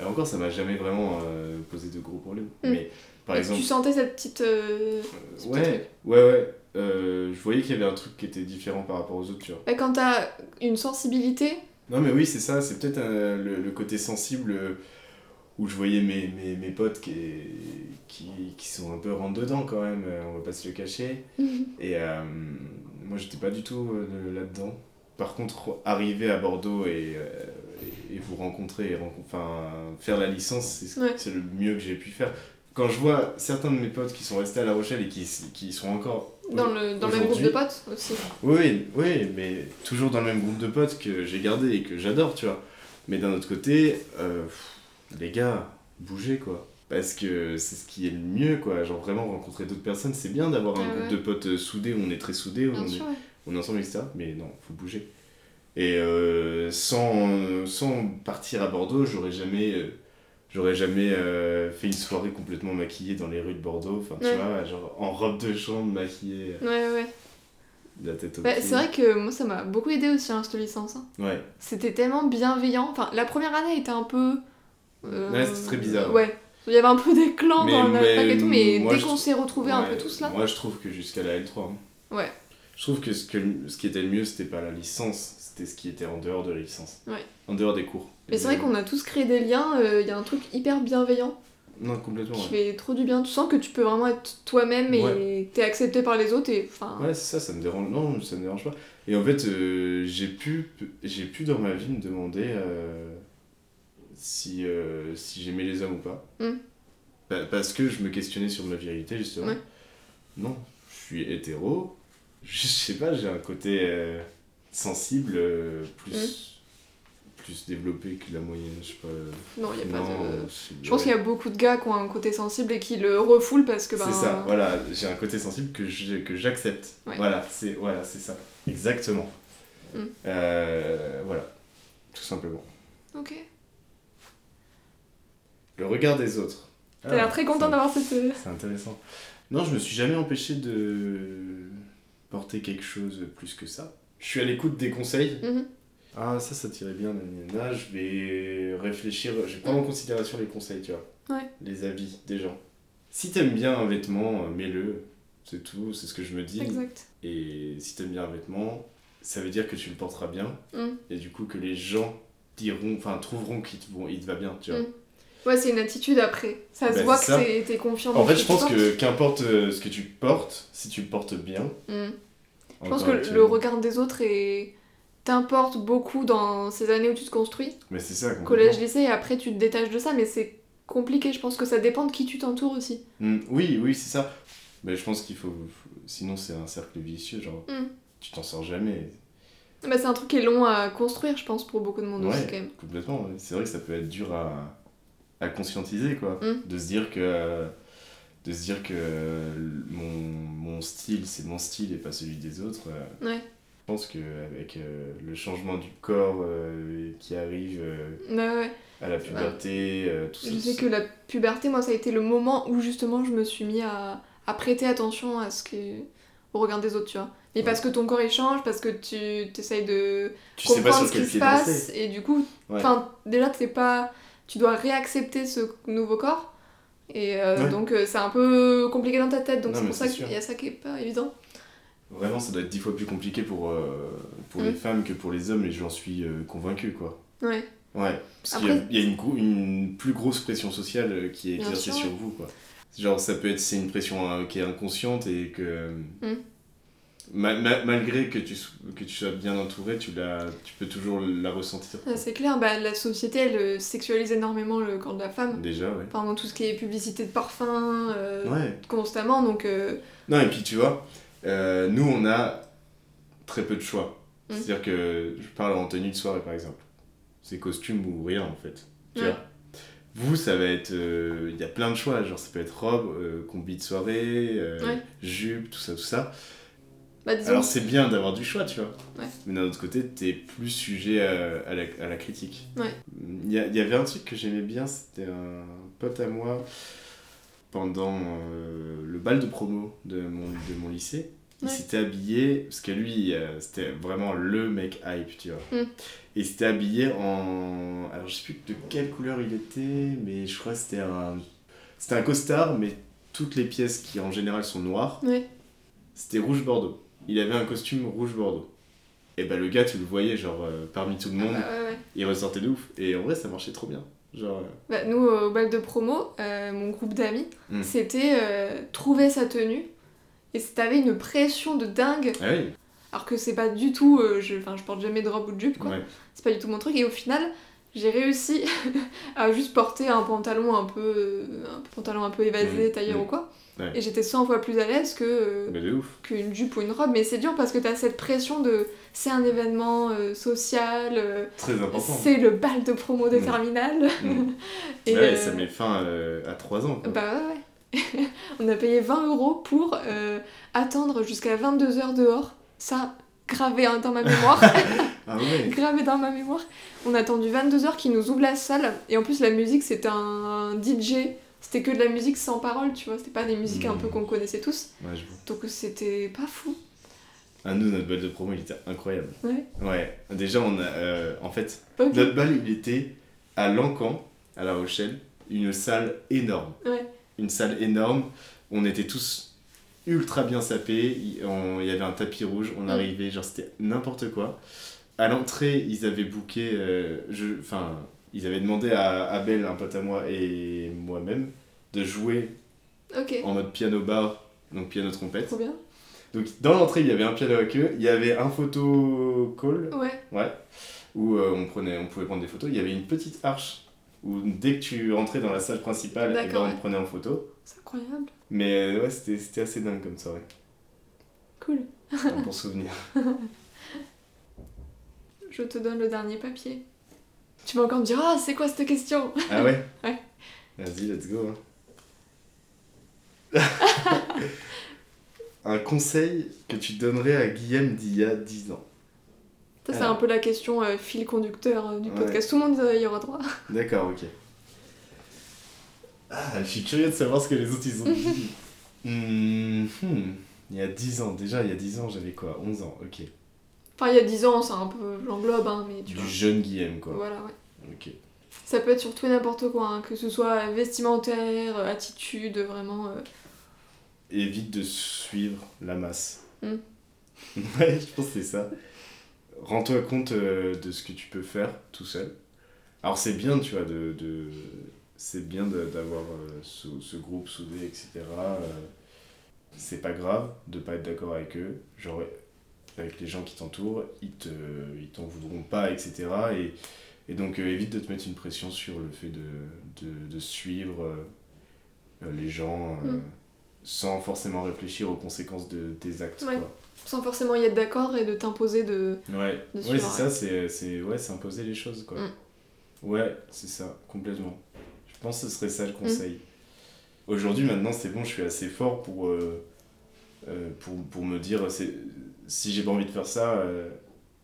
S2: Et encore, ça m'a jamais vraiment euh, posé de gros problèmes.
S1: Mm.
S2: Mais par
S1: Et
S2: exemple,
S1: Tu sentais cette petite. euh, ce petit truc.
S2: ouais, ouais, ouais. Euh, je voyais qu'il y avait un truc qui était différent par rapport aux autres, tu vois.
S1: Ouais, quand t'as une sensibilité,
S2: Non, mais oui, c'est ça, c'est peut-être euh, le, le côté sensible euh, où je voyais mes, mes, mes potes qui, qui, qui sont un peu rentre-dedans quand même, euh, on va pas se le cacher. Et euh, moi, j'étais pas du tout euh, de- là-dedans. Par contre, arriver à Bordeaux et, euh, et- et vous rencontrer, et rencon- enfin, faire la licence, c'est ce-
S1: Ouais.
S2: c'est le mieux que j'ai pu faire. Quand je vois certains de mes potes qui sont restés à La Rochelle et qui, s- qui sont encore.
S1: dans le, dans le même groupe
S2: Aujourd'hui-
S1: de potes aussi.
S2: Oui, oui, mais toujours dans le même groupe de potes que j'ai gardé et que j'adore, tu vois. Mais d'un autre côté, euh, pff, les gars, bougez quoi. Parce que c'est ce qui est le mieux quoi. Genre vraiment rencontrer d'autres personnes, c'est bien d'avoir un
S1: Ah
S2: groupe
S1: ouais.
S2: de potes euh, soudés où on est très soudés, où
S1: Bien
S2: on est
S1: sûr, ouais.
S2: on est ensemble, etc. Mais non, faut bouger. Et euh, sans, euh, sans partir à Bordeaux, j'aurais jamais, euh, j'aurais jamais euh, fait une soirée complètement maquillée dans les rues de Bordeaux. Enfin,
S1: Ouais.
S2: tu vois, genre en robe de chambre, maquillée,
S1: Ouais, ouais, ouais.
S2: de la tête aux
S1: Bah,
S2: pieds.
S1: c'est vrai que moi, ça m'a beaucoup aidé aussi, hein, cette licence. hein.
S2: Ouais,
S1: C'était tellement bienveillant. Enfin, la première année était un peu. euh,
S2: Ouais, c'était très bizarre.
S1: Ouais. Il y avait un peu des clans
S2: Mais-
S1: dans la
S2: mais
S1: fac et tout, mais
S2: moi,
S1: dès
S2: je
S1: qu'on
S2: trou-
S1: s'est retrouvés un peu
S2: Ouais,
S1: tous là.
S2: Moi, je trouve que jusqu'à la L3. hein.
S1: Ouais.
S2: Je trouve que ce, que ce qui était le mieux, c'était pas la licence, c'était ce qui était en dehors de la licence.
S1: Ouais.
S2: En dehors des cours.
S1: Mais c'est vrai qu'on a tous créé des liens, euh, il y a un truc hyper bienveillant
S2: Non, complètement.
S1: qui
S2: ouais.
S1: fait trop du bien. Tu sens que tu peux vraiment être toi-même et t'es accepté par les autres et enfin.
S2: Ouais, c'est ça, ça me dérange. Non, ça me dérange pas. Et en fait, euh, j'ai pu, j'ai pu dans ma vie me demander euh, si, euh, si j'aimais les hommes ou pas.
S1: Mm.
S2: Pa- parce que je me questionnais sur ma virilité, justement.
S1: Ouais.
S2: Non, je suis hétéro. Je sais pas, j'ai un côté euh, sensible euh, plus, plus développé que la moyenne. Je sais pas.
S1: Non, il y a Hmm. pas
S2: Non,
S1: de.
S2: c'est-
S1: Je pense qu'il y a beaucoup de gars qui ont un côté sensible et qui le refoulent parce que ben.
S2: c'est ça, voilà, j'ai un côté sensible que je- que j'accepte.
S1: Ouais.
S2: Voilà, c'est voilà, c'est ça. Exactement.
S1: Mm.
S2: Euh, voilà, tout simplement.
S1: Ok.
S2: Le regard des autres.
S1: T'as l'air très content d'avoir cette.
S2: Ah,
S1: euh,
S2: C'est intéressant. Non, je me suis jamais empêché de porter quelque chose plus que ça. Je suis à l'écoute des conseils.
S1: Mhm.
S2: Ah, ça, ça tirait bien, nanana. Je vais réfléchir, je vais prendre en considération les conseils, tu vois.
S1: Ouais.
S2: Les avis des gens. Si t'aimes bien un vêtement, euh, mets-le. C'est tout, c'est ce que je me dis.
S1: Exact.
S2: Et si t'aimes bien un vêtement, ça veut dire que tu le porteras bien.
S1: Mm.
S2: Et du coup, que les gens diront, enfin, trouveront qu'il te, vont- il te va bien, tu vois.
S1: Mm. Ouais, c'est une attitude après. Ça se
S2: Bah,
S1: voit que
S2: c'est ça.
S1: t'es- t'es confiant. dans
S2: En
S1: ce
S2: fait, je
S1: tu
S2: pense
S1: portes.
S2: que qu'importe euh, ce que tu portes, si tu portes bien.
S1: Mm. Je pense
S2: encore
S1: que
S2: une-
S1: le regard des autres est... t'importe beaucoup dans ces années où tu te construis,
S2: Mais c'est ça. complètement.
S1: collège, lycée, et après tu te détaches de ça, mais c'est compliqué. Je pense que ça dépend de qui tu t'entoures aussi.
S2: Mm, oui, oui, c'est ça. Mais je pense qu'il faut. Sinon, c'est un cercle vicieux, genre.
S1: Mm.
S2: Tu t'en sors jamais.
S1: Bah, c'est un truc qui est long à construire, je pense, pour beaucoup de monde aussi, quand même.
S2: Complètement. ouais. C'est vrai que ça peut être dur à, à conscientiser, quoi.
S1: Mm.
S2: De se dire que. De se dire que mon, mon style, c'est mon style et pas celui des autres. euh,
S1: Ouais.
S2: Je pense qu'avec le changement du corps euh, qui arrive euh,
S1: Ouais, ouais.
S2: à la puberté, euh, tout
S1: Je
S2: ça.
S1: sais que la puberté, moi, ça a été le moment où justement je me suis mis à, à prêter attention à ce que... au regard des autres, tu vois. Mais
S2: Ouais.
S1: parce que ton corps il change, parce que tu t'essayes de
S2: tu sais pas
S1: comprendre
S2: sur
S1: ce qui
S2: quel
S1: se
S2: pied
S1: passe
S2: danser.
S1: et du coup
S2: Ouais.
S1: enfin déjà t'es pas tu dois réaccepter ce nouveau corps et euh,
S2: Ouais.
S1: donc euh, c'est un peu compliqué dans ta tête donc
S2: Non,
S1: c'est
S2: mais
S1: pour ça
S2: c'est
S1: qu'il
S2: sûr.
S1: y a ça qui est pas évident
S2: Vraiment, ça doit être dix fois plus compliqué pour, euh, pour les
S1: Mm.
S2: femmes que pour les hommes, et j'en suis euh, convaincu, quoi.
S1: ouais
S2: Ouais. Parce qu'il y a-
S1: Après-
S2: il y a, une, gro- une plus grosse pression sociale euh, qui est
S1: Bien
S2: exercée
S1: sûr,
S2: sur vous, quoi. Genre, ça peut être... C'est une pression hein, qui est inconsciente et que...
S1: Mm.
S2: ma- ma- malgré que tu, so- que tu sois bien entouré, tu, la, tu peux toujours la ressentir. quoi.
S1: Ça, c'est clair bah, la société elle euh, sexualise énormément le corps de la femme
S2: Déjà, ouais.
S1: enfin dans tout ce qui est publicité de parfum euh,
S2: Ouais.
S1: constamment donc euh,
S2: Non, et puis tu vois, euh, nous on a très peu de choix.
S1: Mm.
S2: C'est-à-dire que je parle en tenue de soirée par exemple. C'est costume ou rien en fait. Tu
S1: Ouais.
S2: vois Vous, ça va être. euh, Il y a plein de choix. Genre, ça peut être robe, euh, combi de soirée, euh,
S1: Ouais.
S2: jupe, tout ça, tout ça.
S1: bah, disons
S2: Alors, c'est bien d'avoir du choix, tu vois.
S1: Ouais.
S2: Mais d'un autre côté, t'es plus sujet à, à la, à la critique.
S1: Ouais.
S2: Il y, a- il y avait un truc que j'aimais bien, c'était un pote à moi pendant euh, le bal de promo de mon, de mon lycée. Il
S1: Ouais.
S2: s'était habillé, parce que lui, euh, c'était vraiment le mec hype, tu vois.
S1: Mm.
S2: Et il s'était habillé en. Alors, je sais plus de quelle couleur il était, mais je crois que c'était un. C'était un costard, mais toutes les pièces qui en général sont noires,
S1: ouais
S2: c'était rouge bordeaux. Il avait un costume rouge bordeaux. Et bah le gars, tu le voyais genre euh, parmi tout le monde,
S1: Bah, ouais, ouais.
S2: il ressortait de ouf. Et en vrai, ça marchait trop bien. Genre, euh,
S1: Bah, nous, au bal de promo, euh, mon groupe d'amis,
S2: Mm.
S1: c'était euh, trouver sa tenue. Et c- t'avais une pression de dingue.
S2: ah oui,
S1: Alors que c'est pas du tout. euh, je, enfin, je porte jamais de robe ou de jupe, quoi.
S2: ouais.
S1: C'est pas du tout mon truc. Et au final, j'ai réussi à juste porter un pantalon un peu. euh, un pantalon un peu évasé,
S2: Mm.
S1: tailleur
S2: Mm.
S1: ou quoi.
S2: Ouais.
S1: Et j'étais 100 fois plus à l'aise que. euh,
S2: Bah de ouf.
S1: qu'une jupe ou une robe, mais c'est dur parce que t'as cette pression de c'est un événement euh, social, euh,
S2: Très important.
S1: c'est le bal de promo de
S2: Mm.
S1: terminale.
S2: Mm.
S1: Et,
S2: ouais, ouais,
S1: euh,
S2: ça met fin euh, à 3 ans. quoi.
S1: Bah ouais, ouais. On a payé 20 euros pour euh, attendre jusqu'à 22h dehors. Ça, gravé hein, dans ma mémoire.
S2: Ah ouais.
S1: gravé dans ma mémoire. On a attendu 22h qui nous ouvre la salle. Et en plus, la musique, c'était un DJ. C'était que de la musique sans parole, tu vois. C'était pas des musiques un
S2: Mm.
S1: peu qu'on connaissait tous.
S2: ouais je vois.
S1: Donc c'était pas fou.
S2: Ah, nous, notre bal de promo, il était incroyable.
S1: Ouais.
S2: Ouais. Déjà, on a. euh, en fait,
S1: Ok.
S2: notre bal, il était à Lancan, à La Rochelle, une salle énorme.
S1: Ouais.
S2: Une salle énorme. On était tous ultra bien sapés. Il on- il y avait un tapis rouge. On
S1: Mm.
S2: arrivait, genre, c'était n'importe quoi. À l'entrée, ils avaient booké. euh, je- Enfin, ils avaient demandé à Abel, un pote à moi, et moi-même, de jouer
S1: Ok.
S2: en mode piano bar, donc piano trompette.
S1: Trop bien.
S2: Donc, dans l'entrée, il y avait un piano à queue, il y avait un photo call
S1: Ouais.
S2: où euh, on, prenait, on pouvait prendre des photos. Il y avait une petite arche où dès que tu rentrais dans la salle principale, eh ben,
S1: D'accord,
S2: on
S1: ouais.
S2: te prenait en photo.
S1: C'est incroyable.
S2: Mais euh, ouais, c'était c'était assez dingue comme soirée,
S1: Cool.
S2: enfin, pour souvenir.
S1: Je te donne le dernier papier. Tu vas encore me dire Ah, c'est quoi cette question
S2: Ah ouais
S1: Ouais.
S2: Vas-y, let's go. hein. un conseil que tu donnerais à Guillaume d'il y a 10 ans.
S1: Ça, c'est
S2: Alors.
S1: un peu la question euh, fil conducteur euh, du
S2: Ouais.
S1: podcast. Tout le monde euh, y aura droit.
S2: D'accord, ok. Ah, je suis curieux de savoir ce que les autres ils ont dit. Hmm, hmm. Il y a 10 ans, déjà il y a 10 ans j'avais quoi 11 ans, ok.
S1: Enfin, il y a 10 ans, c'est un peu l'englobe, hein, mais tu
S2: Du
S1: vois.
S2: jeune Guillaume quoi.
S1: Voilà, ouais.
S2: Ok.
S1: Ça peut être sur tout et n'importe quoi, hein, que ce soit vestimentaire, euh, attitude, vraiment. euh,
S2: Évite de suivre la masse.
S1: Hmm.
S2: ouais, je pense que c'est ça. Rends-toi compte euh, de ce que tu peux faire tout seul. Alors c'est bien, tu vois, de, de, c'est bien de- d'avoir euh, ce, ce groupe soudé, etc. Euh, c'est pas grave de pas être d'accord avec eux. Genre, avec les gens qui t'entourent, ils te, ils t'en voudront pas, etc. Et, et donc, euh, évite de te mettre une pression sur le fait de, de, de suivre euh, les gens euh,
S1: Mm.
S2: sans forcément réfléchir aux conséquences de tes actes.
S1: Ouais.
S2: quoi.
S1: Sans forcément y être d'accord et de t'imposer de.
S2: Ouais,
S1: de
S2: ouais
S1: suivre,
S2: c'est
S1: ouais.
S2: ça, c'est c'est- ouais, c'est imposer les choses, quoi.
S1: Mm.
S2: Ouais, c'est ça, complètement. Je pense que ce serait
S1: Mm.
S2: ça le conseil. Aujourd'hui, maintenant, c'est bon, je suis assez fort pour, euh, euh, pour, pour me dire c'est- si j'ai pas envie de faire ça, euh,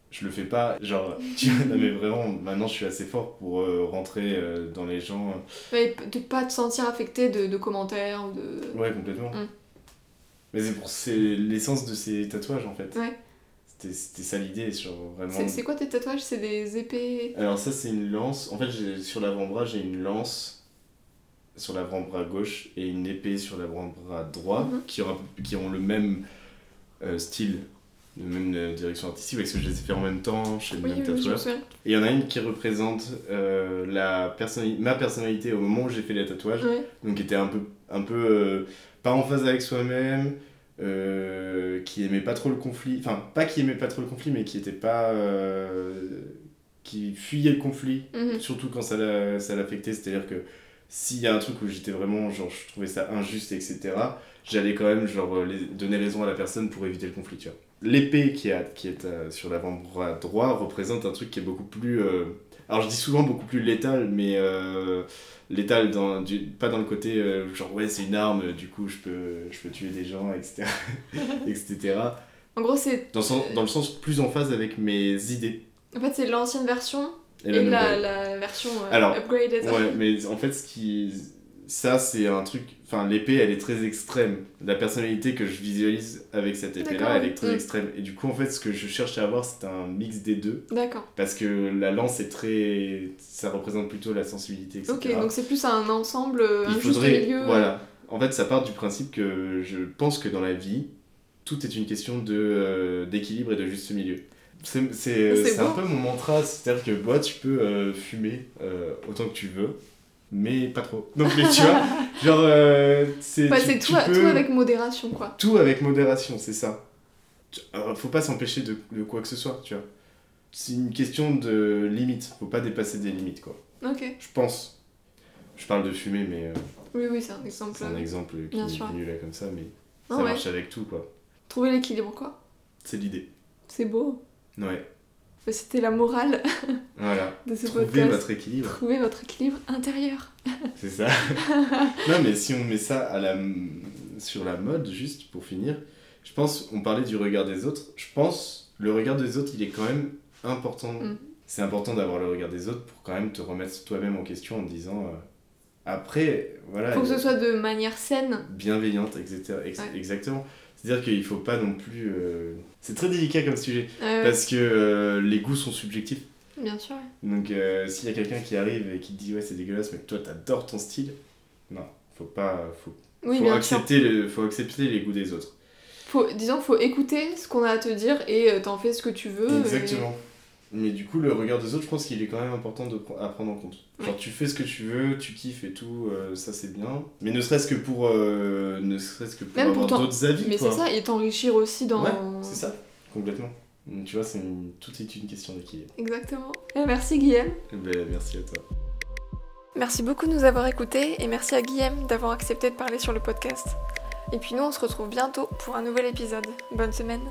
S2: je le fais pas. Genre, tu vois, non, mais vraiment, maintenant, je suis assez fort pour euh, rentrer euh, dans les gens.
S1: Mais de pas te sentir affecté de, de commentaires ou de.
S2: Ouais, complètement.
S1: Mm.
S2: Mais c'est pour c'est l'essence de ces tatouages, en fait.
S1: Ouais.
S2: C'était c'était ça l'idée, genre vraiment.
S1: C'est- C'est quoi tes tatouages C'est des épées.
S2: Alors ça c'est une lance. En fait j'ai- sur l'avant-bras j'ai une lance sur l'avant-bras gauche et une épée sur l'avant-bras droit
S1: Mhm.
S2: qui, aura- qui ont le même euh, style, la même euh, direction artistique parce que je les ai fait en même temps chez le
S1: Oui,
S2: même
S1: oui, oui, je me
S2: tatoueur.
S1: souviens.
S2: Et il y en a une qui représente euh, la personnali- ma personnalité au moment où j'ai fait les tatouages,
S1: Ouais.
S2: donc qui était un peu, un peu euh, pas en phase avec soi-même. euh, qui aimait pas trop le conflit, enfin pas qui aimait pas trop le conflit, mais qui était pas, euh, qui fuyait le conflit
S1: Mhm.
S2: surtout quand ça l'a- ça l'affectait, c'est-à-dire que s'il y a un truc où j'étais vraiment, genre, je trouvais ça injuste, etc., j'allais quand même, genre, euh, les- donner raison à la personne pour éviter le conflit, tu vois. L'épée qui, a- qui est euh, sur l'avant-bras droit représente un truc qui est beaucoup plus... euh, alors je dis souvent beaucoup plus létal, mais euh, létal, dans, du- pas dans le côté, euh, genre, ouais, c'est une arme, du coup, je peux, je peux tuer des gens, etc. etc.
S1: En gros, c'est.
S2: Dans, le sens- dans le sens plus en phase avec mes idées.
S1: En fait, c'est l'ancienne version et, la,
S2: la nouvelle.
S1: la version euh,
S2: Alors,
S1: upgraded.
S2: Ouais, mais en fait, ce qui. Ça, c'est un truc. Enfin, l'épée, elle est très extrême. La personnalité que je visualise avec cette
S1: D'accord,
S2: épée-là, elle
S1: oui.
S2: est très
S1: Mm.
S2: extrême. Et du coup, en fait, ce que je cherche à avoir, c'est un mix des deux.
S1: D'accord.
S2: Parce que la lance est très. Ça représente plutôt la sensibilité, etc.
S1: Ok, donc c'est plus un ensemble, euh, un
S2: Il
S1: juste
S2: faudrait.
S1: milieu. euh,
S2: Voilà. En fait, ça part du principe que je pense que dans la vie, tout est une question de, euh, d'équilibre et de juste milieu. C'est c'est-
S1: Ah, C'est
S2: c'est un
S1: beau.
S2: peu mon mantra, c'est-à-dire que bah, tu peux euh, fumer euh, autant que tu veux, mais pas trop. Donc, mais tu vois, genre, euh, c'est.
S1: Ouais,
S2: tu-
S1: Bah, c'est
S2: tu
S1: tout, à-
S2: peux-
S1: tout avec modération, quoi.
S2: tout avec modération, c'est ça. Tu- alors, faut pas s'empêcher de, de quoi que ce soit, tu vois. C'est une question de limite, faut pas dépasser des limites, quoi.
S1: Ok.
S2: Je pense. Je parle de fumer, mais. euh,
S1: Oui, oui, c'est un exemple. hein.
S2: c'est un exemple qui
S1: Bien
S2: est
S1: sûr.
S2: venu là comme ça, mais
S1: Ah
S2: ça
S1: ouais.
S2: marche avec tout, quoi.
S1: Trouver l'équilibre, quoi.
S2: C'est l'idée.
S1: C'est beau.
S2: Ouais,
S1: Mais Bah, C'était la morale
S2: voilà.
S1: de ce
S2: Trouver
S1: podcast.
S2: votre équilibre,
S1: Trouver votre équilibre intérieur.
S2: c'est ça. non, mais si on met ça à la... sur la mode, juste pour finir, je pense, on parlait du regard des autres, je pense, le regard des autres, il est quand même important.
S1: Mm.
S2: C'est important d'avoir le regard des autres pour quand même te remettre toi-même en question en te disant, euh, après, voilà...
S1: Faut que
S2: il y a-
S1: ce soit de manière saine.
S2: bienveillante, etc. Ex-
S1: Ouais.
S2: Exactement. C'est-à-dire qu'il faut pas non plus... euh, C'est très délicat comme sujet.
S1: Euh,
S2: Parce que euh, les goûts sont subjectifs.
S1: Bien sûr. ouais.
S2: Donc euh, s'il y a quelqu'un qui arrive et qui te dit ouais c'est dégueulasse mais toi t'adores ton style, non, faut pas, faut,
S1: Oui,
S2: faut
S1: bien sûr.
S2: accepter le, faut accepter les goûts des autres.
S1: Faut, disons, faut écouter ce qu'on a à te dire et euh, t'en fais ce que tu veux. et-
S2: Exactement. Mais du coup le regard des autres, je pense qu'il est quand même important de pr- à prendre en compte. Genre tu fais ce que tu veux, tu kiffes et tout, euh, ça c'est bien. Mais ne serait-ce que pour, euh, ne serait-ce que pour
S1: Même pour
S2: avoir
S1: toi.
S2: d'autres avis.
S1: Mais
S2: quoi.
S1: c'est ça, et t'enrichir aussi dans.
S2: Ouais, c'est ça, complètement. Donc, Tu vois, c'est une- tout est une question d'équilibre.
S1: Exactement. Eh, merci Guillaume.
S2: Eh ben, merci à toi.
S1: Merci beaucoup de nous avoir écoutés et merci à Guillaume d'avoir accepté de parler sur le podcast. Et puis nous, on se retrouve bientôt pour un nouvel épisode. Bonne semaine.